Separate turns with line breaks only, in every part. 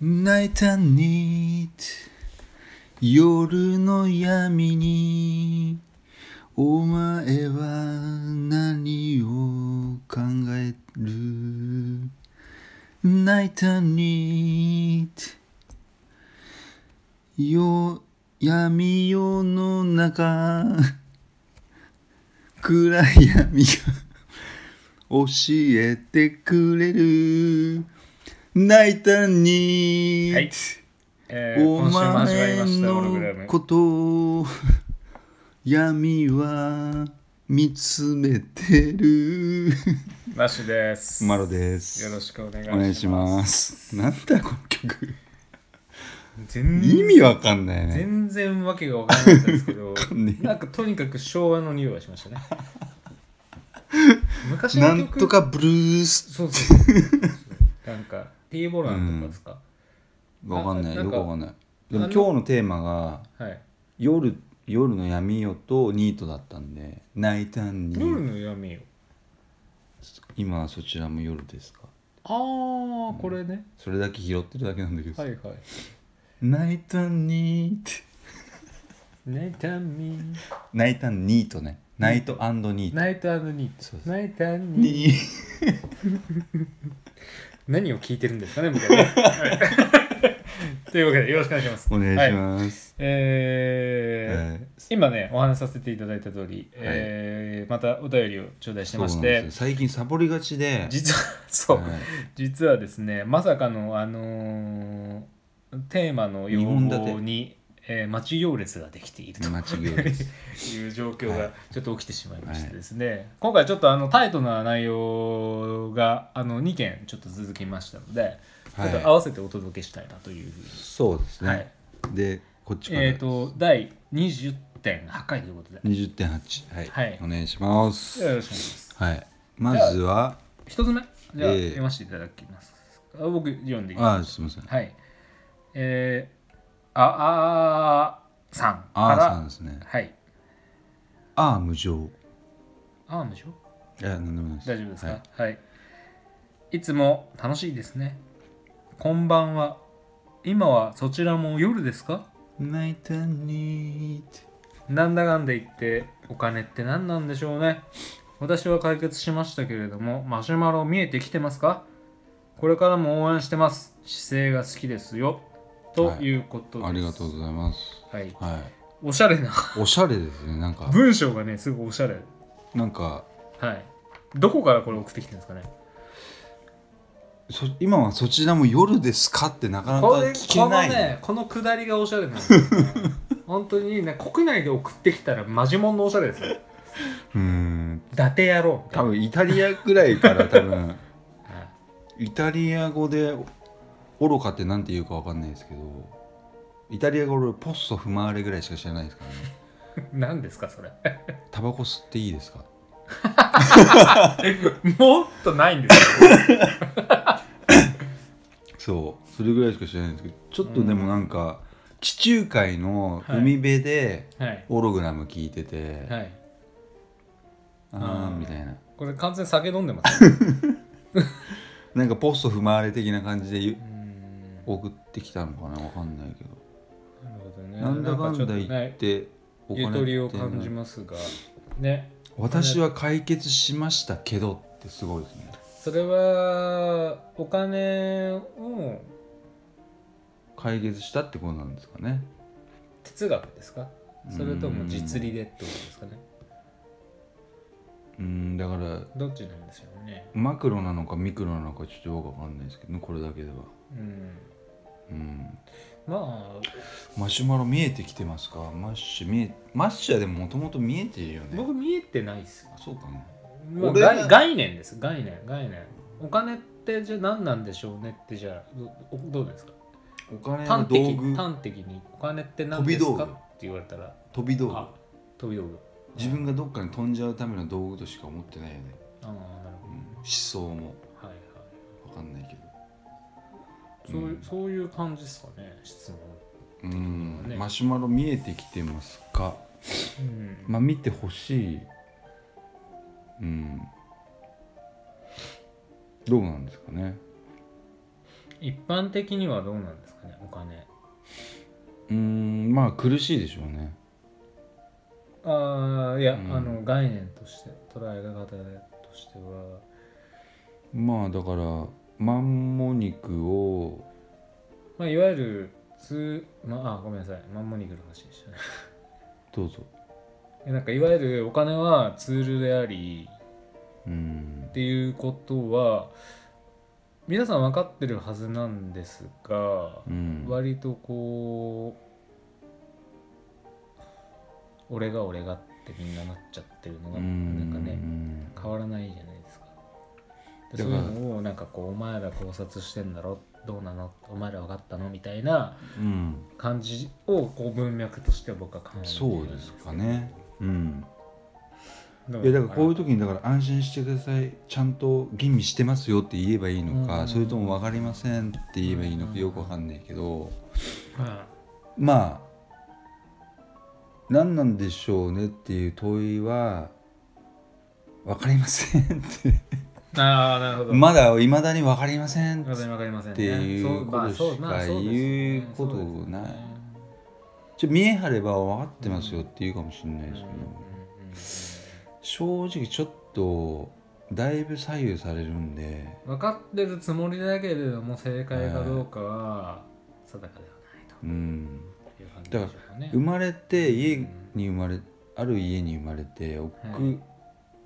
泣いたに夜の闇にお前は何を考える泣いたによ闇夜の中暗い闇が 教えてくれる泣いたに、
はいえー、
お
今週も始まり
前
ましたホログラ
の
ム
ことを闇は見つめてる
マシュです
マロです
よろしくお願いし
お
ます
願いしますなんだこの曲
全
意味わかんないね
全然わけがわかんなかったですけど
んねえ
なんかとにかく昭和の匂いがし ましたね昔の
な
曲
んとかブルース
そうそうそうなんか T ボランとかですか、
わかんない
な
よ
んか
くわかんないでも
あの
今日のテーマが
はい
夜夜の闇夜とニートだったんで泣いたんに
夜の闇よ
今そちらも夜ですか
あーこれね、
それだけ拾ってるだけなんだけど、
はいはい
泣いたんにって
ナイタンミー
ナイタンニートね。ナイトニート。
ナイトニー
そう
トナイトニート
に
何を聞いてるんですかねみたい なはいというわけでよろしくお願いします
お願いし
はい
ます。
えー
はい
今ねお話しさせていただいた通り、えーまたお便りを頂戴し
そ
て
う
ま
な
し
んです
て
よ最近サボりがちで。
実はそう、
はい
実はですねまさかのあのーテーマの要
二本
望に、えー、待ち行列ができていると
間違いです。
いう状況
は
が
い
ちょっと起きてしまいましてですね、今回ちょっとあのタイトな内容があの2件ちょっと続きましたので、
はい
ちょっと合わせてお届けしたいなというふうに
そうです
は
ね
い。
で、こっちから。
えっ、と第20.8回ということで、よ
20.8。は
はいい。
お願いします。
ろしくお願いします
はい。まずは、
一つ目じゃあ、
ええ
読ませていただきますあ僕読んでいい
あ、すみません。
はいえー、ああーさん
あ
か
ー
ら
さんですね。
はい
あー無常。
あーでしょ
いや、なんでもないです。
大丈夫ですか
は
はいい、い、つも楽しいですねこんばんは今はそちらも夜ですか
泣いたにーって。
なんだかんで言ってお金って何なんでしょうね私は解決しましたけれどもマシュマロ見えてきてますかこれからも応援してます姿勢が好きですよということです、
ありがとうございます。
はい、
は
おしゃれな
い。おしゃれですね。なんか、
文章がねすごいおしゃれ
なんか、
はいどこからこれ送ってきてるんですかね
そ今はそちらも夜ですかってなかなか
これ
聞けない
このねこのくだりがおしゃれなん ですよ、ね、本当にね国内で送ってきたらマジモンのおしゃれですよ
うーん
伊達野郎み
多
たいな
分イタリアぐらい から多分
はい
イタリア語で愚かってなんて言うかわかんないですけどイタリア語でポッソ踏まわれぐらいしか知らないですからね
何ですかそれ
タバコ吸っていいですか
もっとないんですよ
そうそれぐらいしか知らないんですけどちょっとでもなんか地中海の海辺で
はい
オログラム聞いてて、
はい
あ
う
ー
ん
みたいな
これ完全に酒飲んでますね
なんかポッソ踏まわれ的な感じで
うーんなる
送ってきたのかなわかんないけど
ほどね
なんだかんだ
なんかちょっと
言っ
ね
てお金
ゆ
って
とりを感じますがね
私は解決しましたけどってすごいですね
それはお金を
解決したってことなんですかね
哲学ですかそれとも実利でってことですかね
うんだから
どっちなんですよね
マクロなのかミクロなのかちょっとよくわかんないですけどねこれだけではう
うん
ん
まあ
マシュマロ見えてきてますかマッシュ見えマッシュはでももともと見えてるよね
僕見えてないっすよ
あそうかな
まあ
俺
概概念です概念概念お金ってじゃあ何なんでしょうねってじゃあどどうですか
お金の
端的
道具
端的にお金って何です
飛び
か
道
っ
具
て言われたら
飛び道具
あ飛び道具
自分がどっかに飛んじゃうための道具としか思ってないよね、
ああなる
う
ほ
ん、思想も
どはいはい
わかんないけど
そう,、
うん
そういう感じですかね質問
うん、
ね
マシュマロ見えてきてますか
うん
まあ見てほしいうんどうなんですかね
一般的にはどうなんですかねお金
うーんまあ苦しいでしょうね
ああいや、
うん
あの概念として捉え方としては
まあだからマンモ肉を
まあいわゆるつまあごめんなさいマンモニクの話でしたね
どうぞ
えなんかいわゆるお金はツールであり
うん
っていうことは皆さん分かってるはずなんですが
うん
割とこう俺が俺がってみんななっちゃってるのがなんかね、
うん
変わらないじゃないですかで
だ
そう
か
い
ら
うのをなんかこうお前ら考察してんだろどうなのお前ら分かったのみたいな
うん
感じをこう文脈として僕は感じてる
そ
ん
うで
け
す
ど
かねうん
どう
いやだからこういう時にだから安心してくださいちゃんと吟味してますよって言えばいいのか、
うん
それとも分かりませんって言えばいいの
う
か
ん
よくわかんないけど、
うん
まあ何なんでしょうねっていう問いは分かりませんって
ああなるほど
まだ未だに分かりませんっ
わか
て
りわかりませんね
っていうこと
そうまあ
しか
そう
言うこと
そうです
ない
ね
ちょ見え張れば分かってますよって言うかもしれないですけど、正直ちょっとだいぶ左右されるんで
分かってるつもりだけれども正解かどうかは定かではない
うん
という感じでしょうかね
生まれて家に生まれある家に生まれて億、、
は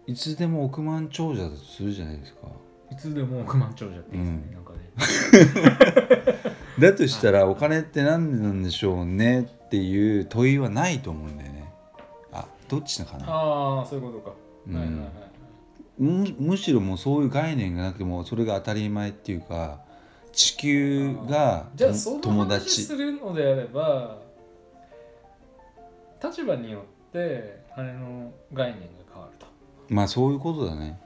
い
つでも億万長者だとするじゃないですか
いつでも億万長者って言うんです
う
ね、
ん
なんかね
だとしたらお金って何でなんでしょうねっていう問いはないと思うんだよねあどっちだかな
ああそういうことか、
うん
はいはいはい
むむしろもうそういう概念がなくてもそれが当たり前っていうか地球が
じゃあその
友
話
達
するのであれば立場によってあれの概念が変わると
まあそういうことだね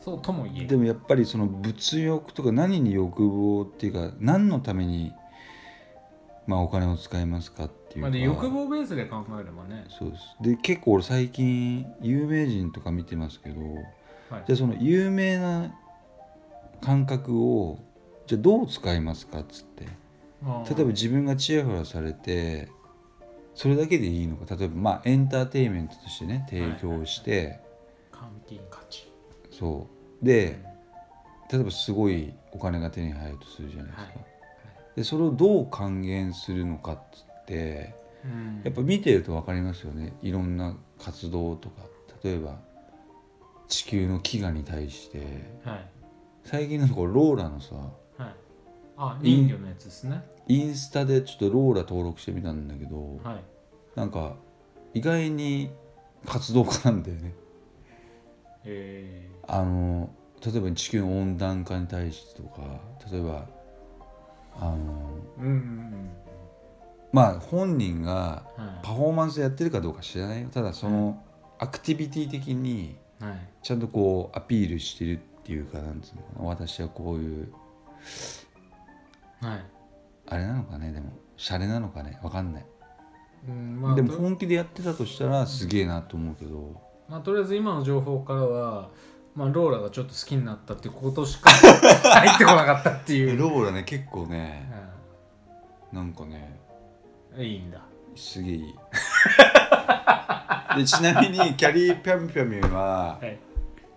そうとも言え
でもやっぱりその物欲とか何に欲望っていうか何のためにまあお金を使いますかっていう
ま
か、
あ、で欲望ベースで考えればね、
そうですで結構俺最近有名人とか見てますけど
はい
じゃあその有名な感覚をじゃあどう使いますかっつって
あー
例えば自分がちやほらされてそれだけでいいのか例えばまあエンターテインメントとしてね提供して、
換金価値
そうで例えばすごいお金が手に入るとするじゃないですか、
はいは
でそれをどう還元するのかっつって
うん
やっぱ見てると分かりますよねいろんな活動とか例えば地球の飢餓に対して
はい
最近なんかこれローラのさ
はいあ人魚のやつですね
インスタでちょっとローラ登録してみたんだけど
はい
なんか意外に活動家なんだよね
え
あの例えば地球の温暖化に対してとか例えばあの
ー、うんうん
まあ本人が
うんは
パフォーマンスやってるかどうか知らないよただそのアクティビティ的に
いはい
ちゃんとこうアピールしてるっていうかなんつうのかな私はこういう
はい
あれなのかねでもシャレなのかねわかんない、
うんまあ、
でも
と
本気でやってたとしたらすげえなと思うけど
まあ、とりあえず今の情報からは、まあ、ローラがちょっと好きになったってこ としか入ってこなかったっていう、
ローラね結構ねなんかね
うんいいんだ
すげえい いでちなみにキャリーピャンピャミュは
はい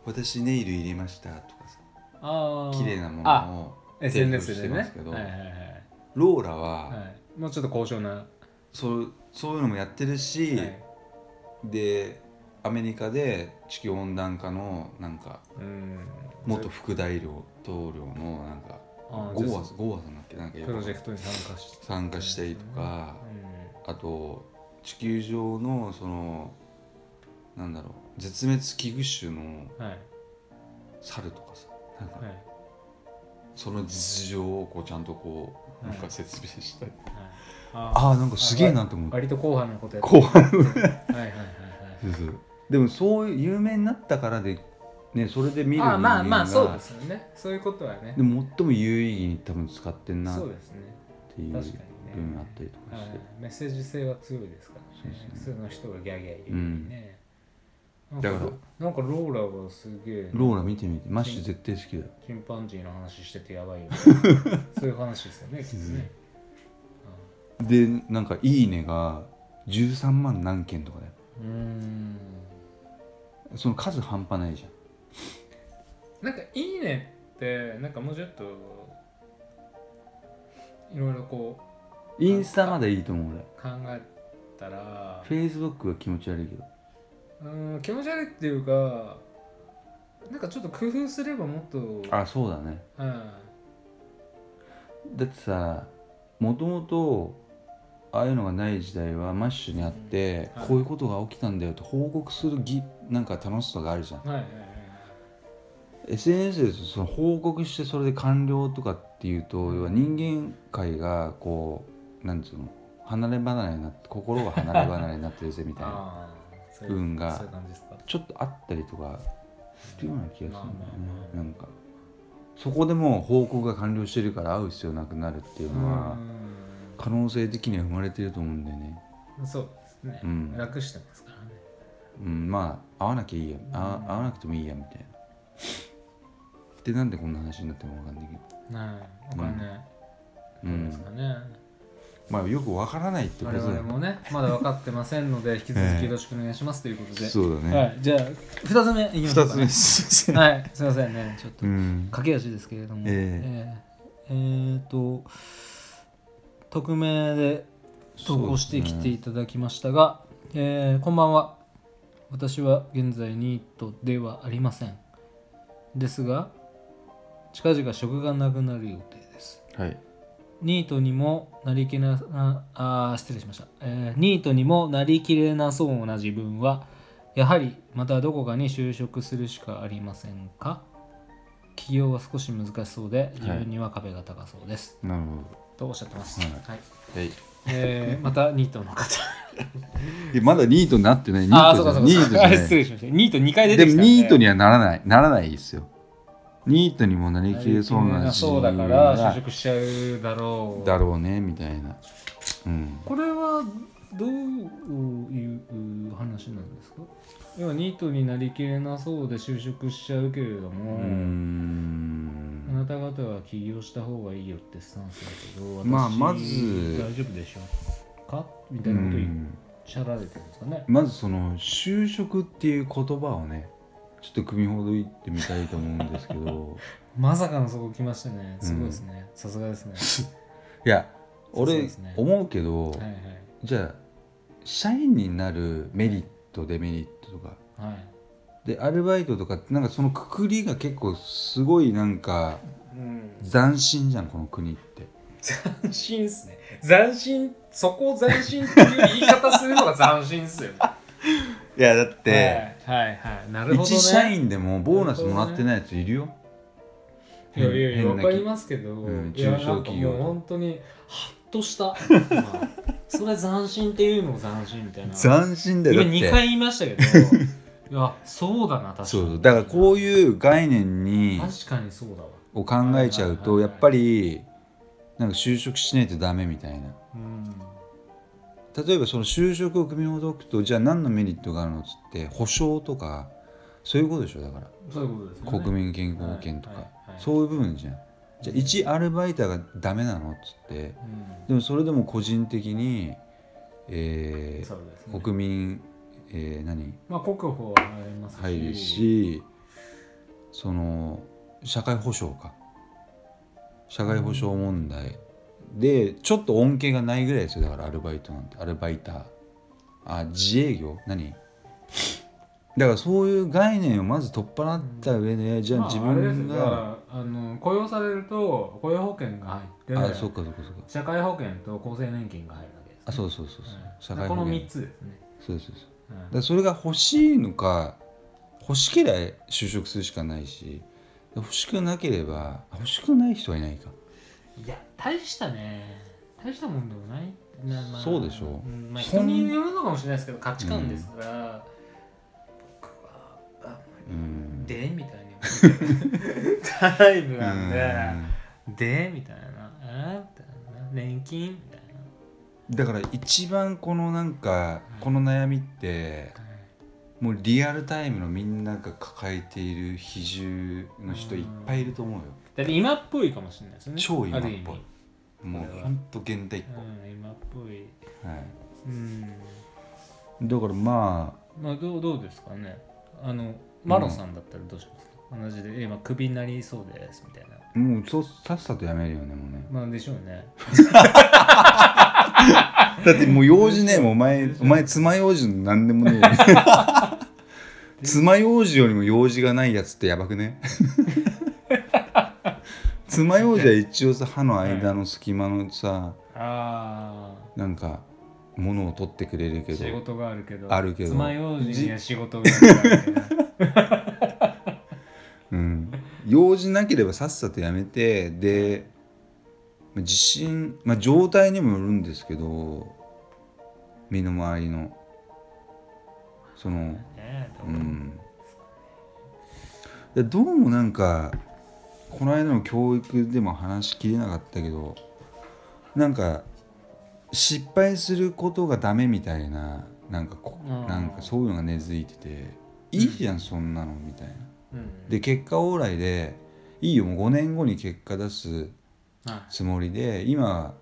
私ネイル入れましたとかさ
ああ
綺麗なも
あ
のを提供
SNS
して
でね
ますけど
はいはいはい
ローラは、
はい、もうちょっと高尚な、
そうそういうのもやってるし、
はい
でアメリカで地球温暖化のなんか
うん
元副大領統領のなんか
あ
ゴ
ー
ーアさんゴーアさんだっけなんか
プロジェクトに参加して、
参加したりとか
う、
あ
ん
と地球上のそのなんだろう絶滅危惧種の
はい
猿とかさなんか
はい
その実情をこうちゃんとこうなん
は
か
い
説明したり、
はい、あ
ああなんかすげえなと思
ー
って
割と硬派なことやって
後半
はいはいはいはい
そうそうでもそういう有名になったからでねそれで見る人間
あ
が
ーまあまあそうですよねそういうことはね
でも最も有意義に多分使ってんなっ
そうですね
ていう部
確かにね
分あったりとかして
はいメッセージ性は強いですからね
そうですね
普通の人がギャーギャー言うよりね、う
だから
なんかローラがすげえ
ローラ見てみてマッシュ絶対好きだよ
チンパンジーの話しててやばい よねそういう話ですよねきっとね
でなんか「いいね」が13万何件とかだよ
うーん
その数半端ないじゃん
なんか「いいね」ってなんかもうちょっといろいろこう
インスタまでいいと思う俺
考えたら
フェイスブックが気持ち悪いけど
うーん気持ち悪いっていうかなんかちょっと工夫すればもっと
あそうだね
うん
だってさもともとああいうのがない時代はマッシュにあって、
うんはい
こういうことが起きたんだよって報告するぎなんか楽しさがあるじゃん
はいはいはい
SNS でその報告してそれで完了とかっていうと要は人間界がこうなんつうの離れ離れになって心が離れ離れになってるぜみたい な
ああそういう
運
そう
が
いう感じですか
ちょっとあったりとかするような気がするんだよね
まあまあまあ
なんかそこでもう報告が完了してるから会う必要なくなるっていうのは
う
可能性的には生まれてると思うんだよね
んそうですね、
うん
楽してますからね
うんまあ会わなきゃいいやあ会わなくてもいいやみたいなでなんでこんな話になってもわかんないけど
ねえお金、
うん
どうですかね、
まあよくわからないってこと
我
だよ
々もねまだ分かってませんので引き続きよろしくお願いしますということで、
そうだね、
はい、じゃあ2つ目いき
二
ましょう
つ
か
目
ね、
です。
はいすいませんねちょっと
うん。
駆け足ですけれども、
え
えええーと匿名で投稿してきていただきましたが、えーこんばんは私は現在ニートではありませんですが近々職がなくなる予定です
はい。
ニートにもなりきれなああー失礼しました、えーニートにもなりきれなそうな自分はやはりまたどこかに就職するしかありませんか起業は少し難しそうで自分には壁が高そうです、
なるほ
とおっしゃってます、
はい
はい
ど。はい。
えーまたニートの方
えまだニートになってない。ニ
ああ
ー
そ
ト
う
じ
か
ゃ
そ
な
う
い
か
ニートじゃ
失
な
礼しましたニート2回出
い。
て
で
きた
も
ん
ニートにはならない。ならないですよ。ニートにもなり
な
きれそうな自
そう
分
だから就
が
職しちゃうだろう
だろうねみたいな。うん。
これはどういう話なんですか要はニートになりきれなそうで就職しちゃうけれども、
うー
あ
ん。
なた方は起業した方がいいよってスタンスだけど私
まあまず
大丈夫でしょうかみた
う
いなことを言っ
ん
しゃられてるんですかね、
まずその就職っていう言葉をね。ちょっと組みほどいってみたいと思うんですけど
まさかのそこ来ましたねすごいですねさすがですね
いや
そう
俺
ですね
思うけど、
はいはい
じゃあ社員になるメリットデメリットとか
はい
でアルバイトとかってなんかそのくくりが結構すごいなんか
うん
斬新じゃんこの国って
斬新っすね斬新そこを斬新っていう言い方するのが斬新っす よ
いやだっ
はいはいはいなるほどね
一社員でもボーナスもらってないやついるよ
いやいやいや、
変
わ
な
かりますけど、
うん
いや
中小企業
なんかもう本当に、ハッとした。 今それ斬新っていうのも斬新みたいな。
斬新だよ
今
だっ
2
て
回言いましたけ ど、いや、そうだな、確かに。
そうそうだからこういう概念に
確かにそうだわ。
を考えちゃう
は
と
いはいはいはい
やっぱりなんか就職しないとダメみたいな
うん。
例えばその就職を組みほどくとじゃあ何のメリットがあるのっつって保証とかそういうことでしょだから
そういうことですよね。
国民健康保険とか、
はいはいはい
そういう部分じゃんじゃあ一アルバイターがダメなのっつって
うん。
でもそれでも個人的に、えー
そうですね。
国民、えー何
まあ、国保は入りますし。
入るしその社会保障か社会保障問題でちょっと恩恵がないぐらいですよだからアルバイトなんてアルバイターあ自営業何だからそういう概念をまず取っ払った上でじゃあ
まあ、
自
自
分
分
が、
があの雇用されると雇用保険が入っ
あ
て
そっかそっかそっか
社会保険と厚生年金が入るわけです、
あ
ね、
そうそうそうそう、
はい
社会
こ
保
の
険
3つですね、
そうそうそうだ
うん
からそれが欲しいのか欲しければ就職するしかないし欲しくなければ欲しくない人はいないか
いや大したね大したもんでもないなまあ
そうでしょ
んまあ、
そ
人
ん
によるのかもしれないですけど価値観ですから、僕はあんま
う
り
ん
でみたい なタイプ
う
なん
ん
ででみたいなあみたいな年金みたい
だから一番このなんか
うん
この悩みって
な、はい
もうリアルタイムのみんなが抱えている比重の人いっぱいいると思うよ、
だって今っぽいかもしれないですね
超今っぽい
ある意味
も
これ
う
は
ほんと現代っ
うん、今っぽい
子、はい、
うん
だからまあ
まあどうどうですかねあのマロさんだったらどうしますか、同じでえ今クビになりそうですみたいな
もうそさっさとやめるよねもうね
まあでしょうね
だってもう用事ねもうお前お前爪楊枝の何でもねえ よ爪楊枝よりも用事がないやつってやばく ね爪楊枝は一応さ歯の間の隙間のさ
ああ
なんか物を取ってくれるけど
仕事があるけど
あるけど
爪楊枝には仕事があるけど
うん、用事なければさっさとやめてでまあ地震、まあ、状態にもよるんですけど身の回りのその
ね
うんでどうもなんかこの間の教育でも話しきれなかったけどなんか失敗することがダメみたいななんかこ
あー
なんかそういうのが根付いてていいじゃんそんなのみたいな。
うん
で結果往来でいいよもう5年後に結果出す
は
つもりで今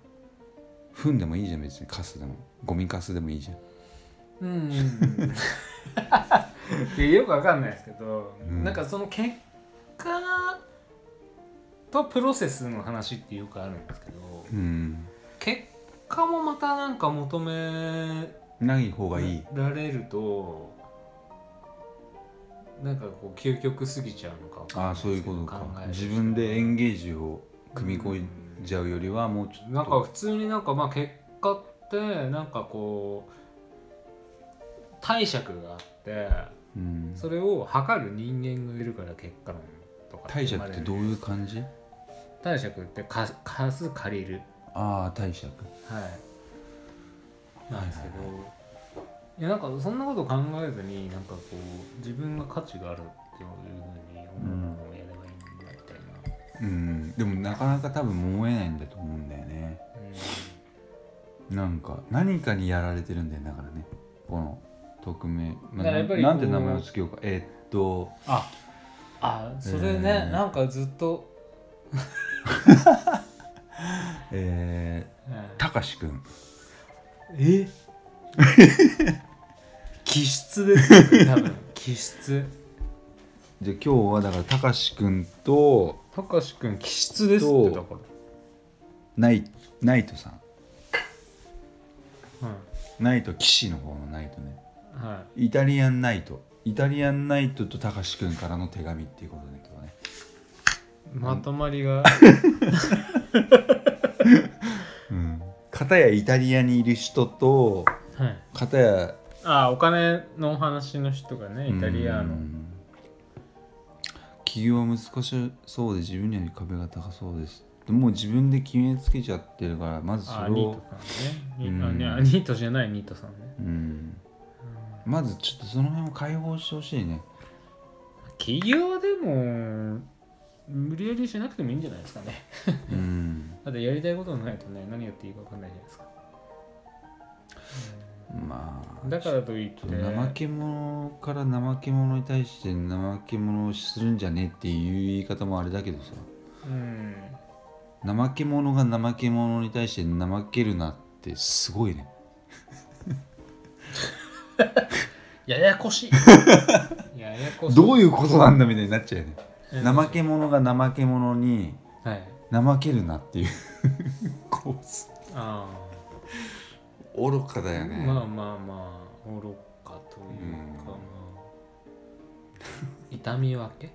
踏んでもいいじゃん別にカスでもゴミカスでもいいじゃん
いうんうん うんいやよくわかんないですけど、
うん
なんかその結果とプロセスの話ってよくあるんですけど
うん
結果もまたなんか求め
ない方がいい
られるとなんかこう究極すぎちゃうのかわかん
あ
な
あ
です
そういうことか
考える
自分でエンゲージを組み込んじゃうよりはもうちょっと
なんか普通になんかまあ結果ってなんかこう貸借があって
うん、
それを測る人間がいるから結果論とか
貸借ってどういう感じ
貸借って貸貸す借りる
ああ貸借
はいなんですけど、いやなんかそんなこと考えずになんかこう自分が価値があるっていうふうに思うのをやればいいんだみたいな。
うんでもなかなか多分燃えないんだと思うんだよね
う
なんか何かにやられてるんだよだからねこの匿名、まあ
だからやっぱり
なん
こ
て
う
名前をつけようかえーっと
んああそれね、
えー
なんかずっと、
えー、たかしくん
え気質ですよね多分気質
じゃあ今日はだからたかしくんと
たかしくん気質ですってだか
ナイナイトさん
ら
ナイト騎士の方のナイトね
はい、はい、
イタリアンナイトイタリアンナイトとたかしくんからの手紙っていうことだけどね
まとまりが
うん片やイタリアにいる人と
はい
片や
あお金のお話の人がねイタリア
う
の
ん起業は難しそうで自分には壁が高そうですでもう自分で決めつけちゃってるからまずそ
あ
れ
ニート
を、
さんね、に
うん
あにあニートじゃないニートさんね
うん、まずちょっとその辺を解放してほしいね
起業でも無理やりしなくてもいいんじゃないですかね
うん
だってやりたいことないとね何やっていいか分かんないじゃないですか
まあ
だからといって
怠け者から怠け者に対して怠け者をするんじゃねえっていう言い方もあれだけどさ
うん
怠け者が怠け者に対して怠けるなってすごいね
やや こしいややこしい
どういうことなんだみたいになっちゃう よね
ややこし
怠け者が怠け者に
いはい
怠けるなっていう こう
あ
愚かだ
あ、
よね、
まあまあまあ愚かという
う
か、
ん
まあ痛み分 け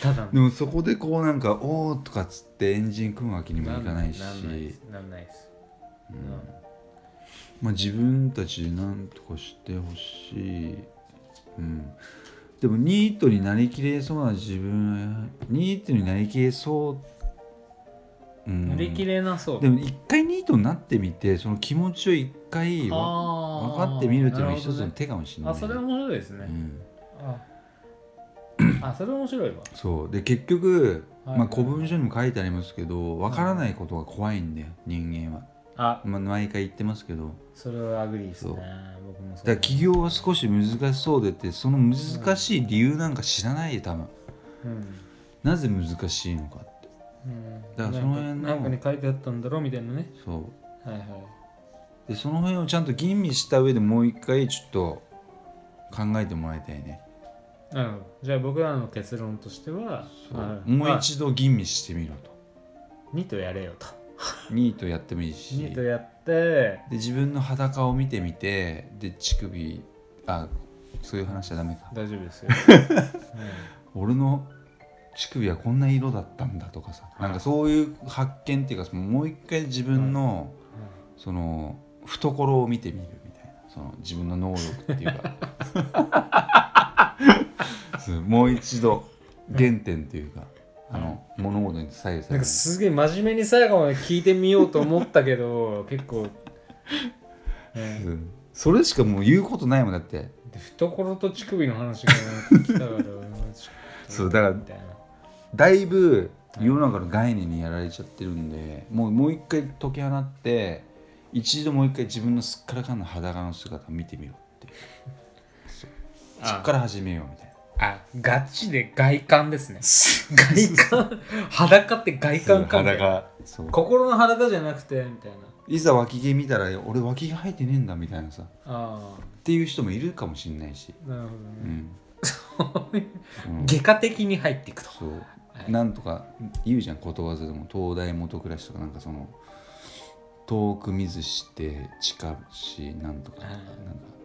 ただの
でもそこでこうなんか「おー」とかっつってエンジン組むわけにもいかないし
なんないですなんないです
うんまあ、自分たちでなんとかしてほしい、うん、でもニートになりきれそうな自分ニートになりきれそう、うん、
乗り切れなそう
でも一回ニートになってみてその気持ちを一回わ分
あー
かってみるっていうのが一つ
な
の
るほどね
手かもしれない、
あそれ面白いです
う
ね、
ん、
ああそれ面白いわ
そうで結局、
はい
まあ、古文書にも書いてありますけど分からないことが怖いんだよ人間は
あ
まあ、毎回言ってますけど
それはアグリーですね
そう
僕も
だ
そう
から企業は少し難しそうでってその難しい理由なんか知らないで多分
うん
なぜ難しいのかって
うん
だからその辺の
なんかなんかに書いてあったんだろうみたいなね
そう
はいはい
でその辺をちゃんと吟味した上でもう一回ちょっと考えてもらいたいね
なるほどじゃあ僕らの結論としては
そう
あ
もう
まあ
一度吟味してみろと
ニートやれよと
ニートやってもいいし
ニートやって
で自分の裸を見てみてで乳首あそういう話はダメか
大丈夫 ですよ、う
俺の乳首はこんな色だったんだとかさなんかそういう発見っていうかもう一回自分の
んうん
その懐を見てみるみたいなその自分の能力っていうか そうもう一度原点っていうかあの物事に左右され
なんか
る
すげえ真面目に最後まで聞いてみようと思ったけ ど結構、ね
うんそれしかもう言うことないもんだって
で懐と乳首の話が来たから俺もちょっと
そうだから
みたいな
だいぶ世の中の概念にやられちゃってるんでもうもう一回解き放って一度もう一回自分のすっからかんの裸の姿を見てみようってそっ
あ
から始めようみたいな
あガチで外観ですね外観裸って外観かみたいな
裸そう
心の裸じゃなくてみたいない
ざ脇毛見たら俺脇毛生えてねえんだみたいなさっ
あ
ていう人もいるかもしれないし
あなるほど
う
ね、
ん、うん
外科的に入っていくと
そう
はい
なんとか言うじゃんことわざでも東大元暮らしとかなんかその遠く見ずして近しなんとかとか
はい
なんか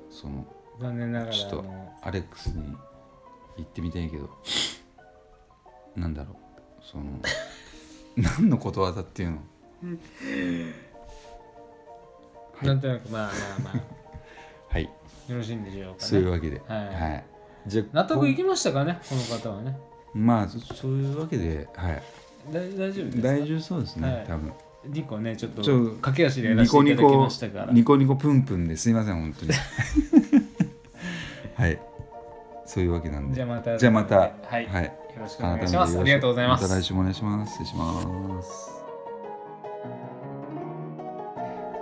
その
残念ながら
ちょっと
あの
アレックスに行ってみたいけどなんだろうその 何のことわざっていうのはい
なんとなくまあまあまあ
はい
よろしいんでしょうか
そういう
ね
わけでは
はい
いじゃあ
納得いきましたかねこの方はね
まあそそういうわけではい
だ大丈夫ですか
大丈夫そうですね、
はい
多分
ニコねちょっと
ちょっと
駆け足でやら
ニ
せて
コニ
いただき
コ
ましたから
ニコニコプンプンですいません本当に はいそういうわけなんで
じゃあまた
じゃあまた
はい、よ
はい
ろしくお
改め
願い
て
し
よ
ま
ろし
す
く
ありがとうございます
また来週もお願いします失礼します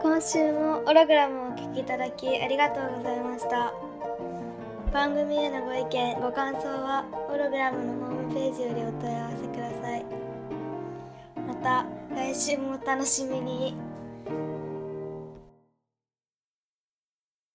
今週もオログラムをお聞きいただきありがとうございました番組へのご意見ご感想はオログラムのホームページよりお問い合わせくださいまた来週もお楽しみに